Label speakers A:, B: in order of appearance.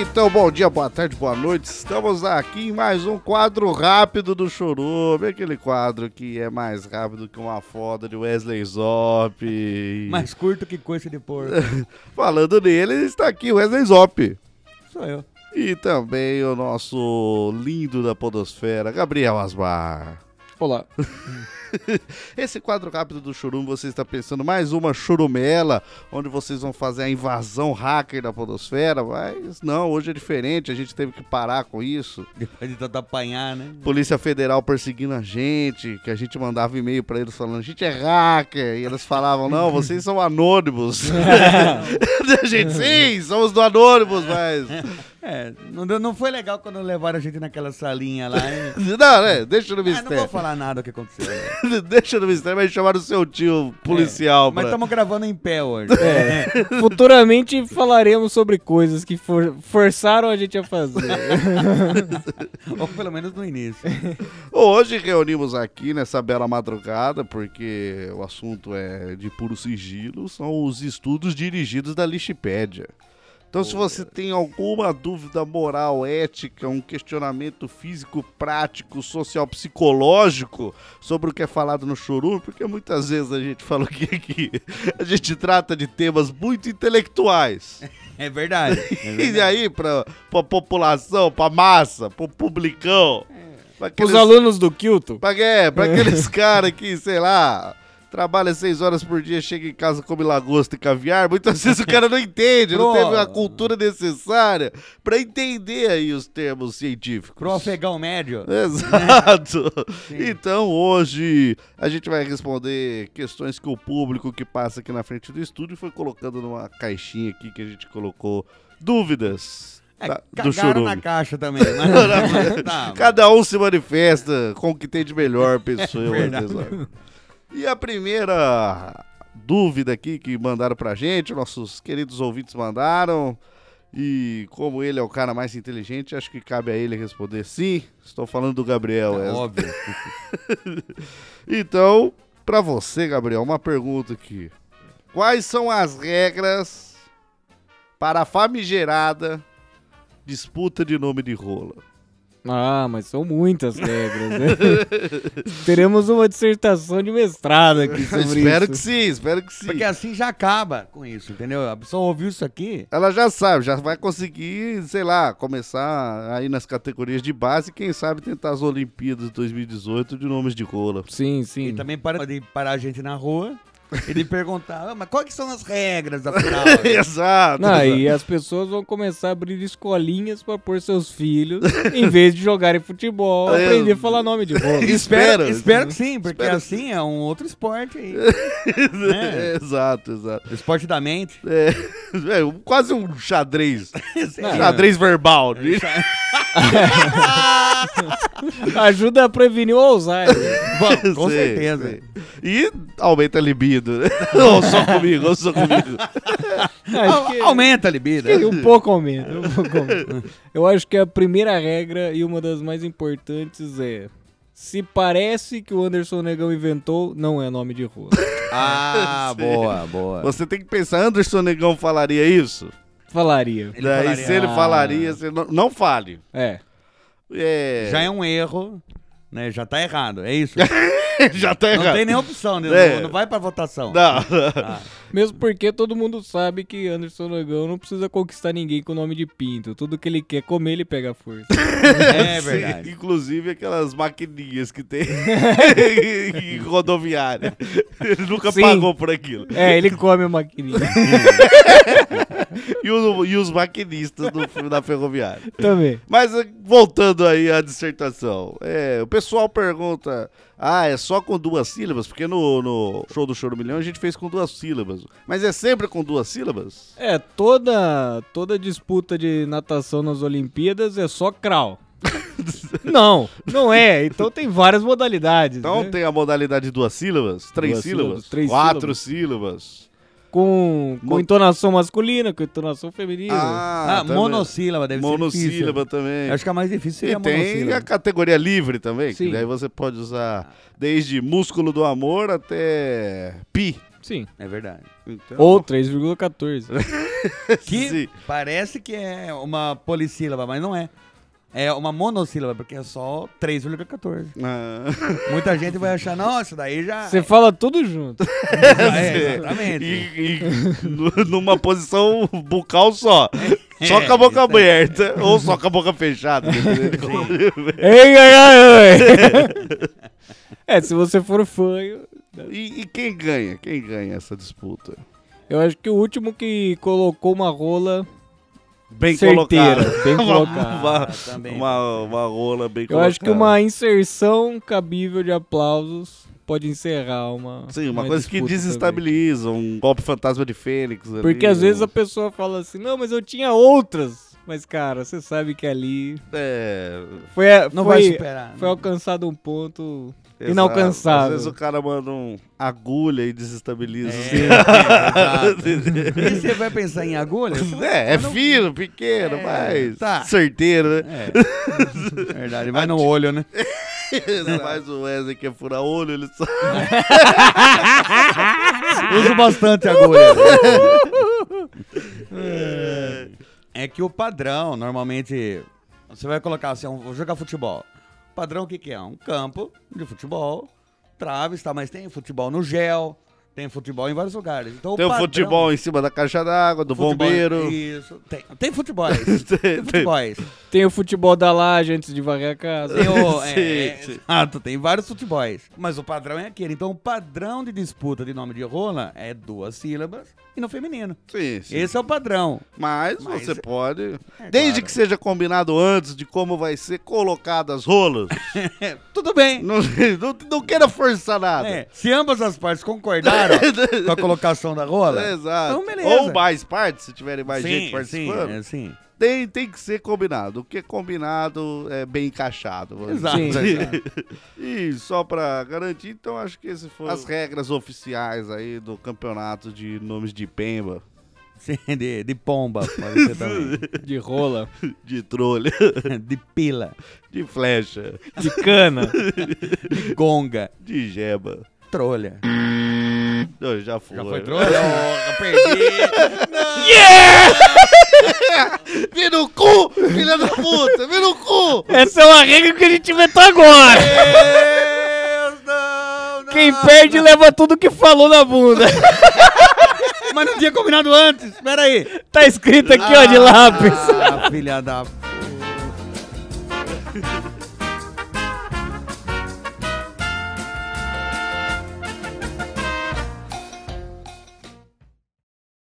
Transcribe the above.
A: Então, bom dia, boa tarde, boa noite. Estamos aqui em mais um quadro rápido do Chorume. Aquele quadro que é mais rápido que uma foda de Wesley Zop.
B: Mais curto que coisa de porco.
A: Falando nele, está aqui o Wesley Zop.
B: Sou eu.
A: E também o nosso lindo da podosfera, Gabriel Asmar.
C: Olá.
A: Esse quadro rápido do Churum, você está pensando mais uma churumela, onde vocês vão fazer a invasão hacker da podosfera, mas não, hoje é diferente, a gente teve que parar com isso.
B: Depois de tanto apanhar, né?
A: Polícia Federal perseguindo a gente, que a gente mandava e-mail pra eles falando, a gente é hacker, e eles falavam, não, vocês são anônimos. a gente, sim, somos do anônimos, mas...
B: É, não, deu- não foi legal quando levaram a gente naquela salinha lá, hein?
A: Não, né, deixa no
B: Ah, não vou
A: mistério,
B: falar nada do que aconteceu. né?
A: deixa no mistério, mas chamaram o seu tio policial
B: É, Mas
A: pra-
B: estamos gravando em pé hoje. É,
C: Futuramente falaremos sobre coisas que for- forçaram a gente a fazer.
B: Ou pelo menos no início.
A: Hoje reunimos aqui nessa bela madrugada, porque o assunto é de puro sigilo, são os estudos dirigidos da Lixipédia. Então, se você tem alguma dúvida moral, ética, um questionamento físico, prático, social, psicológico sobre o que é falado no Chorume, porque muitas vezes a gente fala o que aqui, a gente trata de temas muito intelectuais.
B: É verdade. é
A: E
B: verdade.
A: aí, pra, pra população, pra massa, pro publicão,
B: É.
A: pra
C: Os
A: aqueles
C: alunos do Kilton.
A: Pra quê? Pra aqueles caras que, sei lá, trabalha seis horas por dia, chega em casa, come lagosta e caviar, muitas vezes o cara não entende, não
B: Pro-
A: teve a cultura necessária pra entender aí os termos científicos.
B: Pro afegão médio.
A: Exato.
B: Sim.
A: Então hoje a gente vai responder questões que o público que passa aqui na frente do estúdio foi colocando numa caixinha aqui que a gente colocou dúvidas
B: É,
A: da- do
B: cagaram na
A: churume.
B: caixa também. Mas, tá,
A: Cada um se manifesta com o que tem de melhor, pessoa.
B: verdade.
A: Exato. e a primeira dúvida aqui que mandaram pra gente, nossos queridos ouvintes mandaram. E como ele é o cara mais inteligente, acho que cabe a ele responder sim. Estou falando do Gabriel.
B: É
A: essa.
B: óbvio.
A: Então, pra você, Gabriel, uma pergunta aqui. Quais são as regras para a famigerada disputa de nome de rola?
C: Ah, mas são muitas regras, né? Teremos uma dissertação de mestrado aqui sobre
A: espero que
C: isso.
A: sim, espero que sim.
B: Porque assim já acaba com isso, entendeu? A pessoa ouviu isso aqui.
A: Ela já sabe, já vai conseguir, sei lá, começar aí nas categorias de base, quem sabe tentar as Olimpíadas 2018 de nomes de rola.
C: Sim, sim.
B: E também para de parar a gente na rua e de perguntar, "Ah, mas quais que são as regras, afinal?
A: Exato.
C: Ah,
A: exato.
C: e as pessoas vão começar a abrir escolinhas pra pôr seus filhos, em vez de jogarem futebol,
A: É,
C: aprender
A: eu-
C: a falar nome de rola.
A: Espero,
B: espero, espero
A: né?
B: que sim, porque
A: espero que
B: assim é um outro esporte aí. né?
A: É, Exato, exato.
B: Esporte da mente.
A: É, é um- quase um xadrez.
B: Não,
A: xadrez verbal.
B: É,
A: né?
C: Ajuda a prevenir o Alzheimer.
B: Bom, com
A: Sim,
B: certeza.
A: sim. E aumenta a libido. né? ou só comigo, ou só comigo.
C: Ah, Acho que-
B: Au- Aumenta a libido.
C: Sim, um pouco aumenta, um pouco aumenta. Eu acho que a primeira regra e uma das mais importantes é: se parece que o Anderson Negão inventou, não é nome de rua.
B: Ah,
A: Sim.
B: boa, boa.
A: Você tem que pensar, Anderson Negão falaria isso?
C: Falaria.
B: Ele
A: Daí,
B: falaria,
A: se ele
C: "Ah."
A: falaria, você não, não fale.
C: É.
A: É,
B: Já é um erro, né? Já tá errado, é isso.
A: já tá errado.
B: Não tem nem opção, né?
A: É.
B: Não, não vai pra votação.
A: Não.
B: Ah,
C: Mesmo porque todo mundo sabe que Anderson Negão não precisa conquistar ninguém com o nome de pinto. Tudo que ele quer comer, ele pega a força.
B: é
A: Sim,
B: verdade.
A: inclusive aquelas maquininhas que tem em rodoviária. Ele nunca
C: Sim.
A: pagou por aquilo.
C: É, ele come a maquininha
A: E os, e os maquinistas do, da ferroviária.
C: também.
A: Mas eh, voltando aí à dissertação. é, o pessoal pergunta: ah, é só com duas sílabas? Porque no, no show do Choro Milhão a gente fez com duas sílabas. Mas é sempre com duas sílabas?
C: É, toda, toda disputa de natação nas Olimpíadas é só crawl. não, não é. Então tem várias modalidades.
A: Então
B: é.
C: né?
A: tem a modalidade de duas sílabas, três
C: Duas
A: sílabas,
C: sílabas, três
A: quatro sílabas.
C: com, com
A: Mon-
C: entonação masculina, com entonação feminina.
B: Ah,
A: também.
B: monossílaba deve ser
A: tá
B: difícil.
A: monossílaba também.
B: Acho que a mais difícil seria
A: E
B: a
A: tem
B: monossílaba.
A: a categoria livre também, que
C: né? Sim.
A: daí você pode usar desde músculo do amor até pi.
C: Sim.
B: É verdade.
A: Então,
C: Ou 3,14.
B: Que
A: Sim.
B: parece que é uma polissílaba, mas não é. É uma monossílaba, porque é só 3,14.
A: Ah.
B: Muita gente vai achar, nossa, daí já.
C: Você fala tudo junto.
B: é,
C: né?
B: exatamente.
A: E, e nu- numa posição bucal só. Só
B: É,
A: com a boca
B: isso aí.
A: aberta ou só com a boca fechada. dependendo de como-
C: Ei, ai, ai, ai. É, se você for fanho.
A: E, e quem ganha? Quem ganha essa disputa?
C: Eu acho que o último que colocou uma rola
A: Bem
C: certeira, bem
A: Uma-
C: colocada. Ah,
A: Uma,
B: também.
A: uma, uma rola bem
C: Eu
A: colocada.
C: acho que uma inserção cabível de aplausos pode encerrar uma.
A: Sim, uma coisa que
C: disputa também.
A: desestabiliza, um golpe fantasma de Fênix. ali,
C: Porque às
A: um-
C: vezes a pessoa fala assim, não, mas eu tinha outras. Mas, cara, você sabe que ali
A: É,
C: foi, a-
B: Não
C: foi-
B: vai superar. né?
C: foi alcançado um ponto
A: exato.
C: inalcançável.
A: Às vezes o cara manda um agulha e desestabiliza.
B: É,
A: assim.
B: exato. E você vai pensar em agulha? Você vai-
A: É, é fino, pequeno,
B: É,
A: mas
B: tá.
A: certeiro, né?
B: É. Verdade, vai no olho, né?
A: mas o Wesley quer furar olho, ele só...
C: Ah!
B: Uso bastante agulha. é que o padrão, normalmente, você vai colocar assim, um- vou jogar futebol. O padrão o que, que é? Um campo de futebol, traves, tá? Mas tem futebol no gel, tem futebol em vários lugares. Então,
A: Tem o
B: padrão-
A: futebol em cima da caixa d'água, do
B: futebol- é-
A: bombeiro.
B: Isso, tem, tem futebóis. tem futebóis.
C: Tem o futebol da laje antes de varrer a casa.
B: Tem o- é,
A: Sim,
B: é,
A: sim.
B: exato, tem vários futebóis. Mas o padrão é aquele. Então, o padrão de disputa de nome de rola é duas sílabas e no feminino.
A: Sim, sim.
B: Esse é o padrão.
A: Mas,
B: Mas-
A: você pode.
B: É,
A: Desde
B: claro.
A: que seja combinado antes de como vai ser colocadas as rolas.
B: É, tudo bem.
A: não, não, não queira forçar nada. É.
B: É, se ambas as partes concordaram com a colocação da rola,
A: Exato.
B: Então, beleza.
A: Ou mais partes, se tiverem É, mais
B: sim,
A: gente
B: sim,
A: participando.
B: é, sim.
A: Tem, tem que ser combinado. O que é combinado é bem encaixado. vamos
B: Exato.
C: Sim.
B: exato.
A: E só pra garantir, então acho que esse foi as regras oficiais aí do campeonato de nomes de pemba,
B: Sim, de, de pomba, pode ser também.
C: De rola,
A: de trolha,
B: De pila,
A: de flecha,
C: de cana.
B: de gonga,
A: de jeba.
B: trolha.
A: Não, já foi.
B: Já foi trolha? Oh, perdi.
A: Vira o cu, filha da puta, vira o cu.
C: Essa é uma regra que a gente inventou agora.
B: Deus, não, não.
C: Quem perde leva tudo que falou na bunda.
B: Mas não tinha combinado antes. Espera aí.
C: Tá escrito aqui, ó, de lápis.
B: Ah, filha da...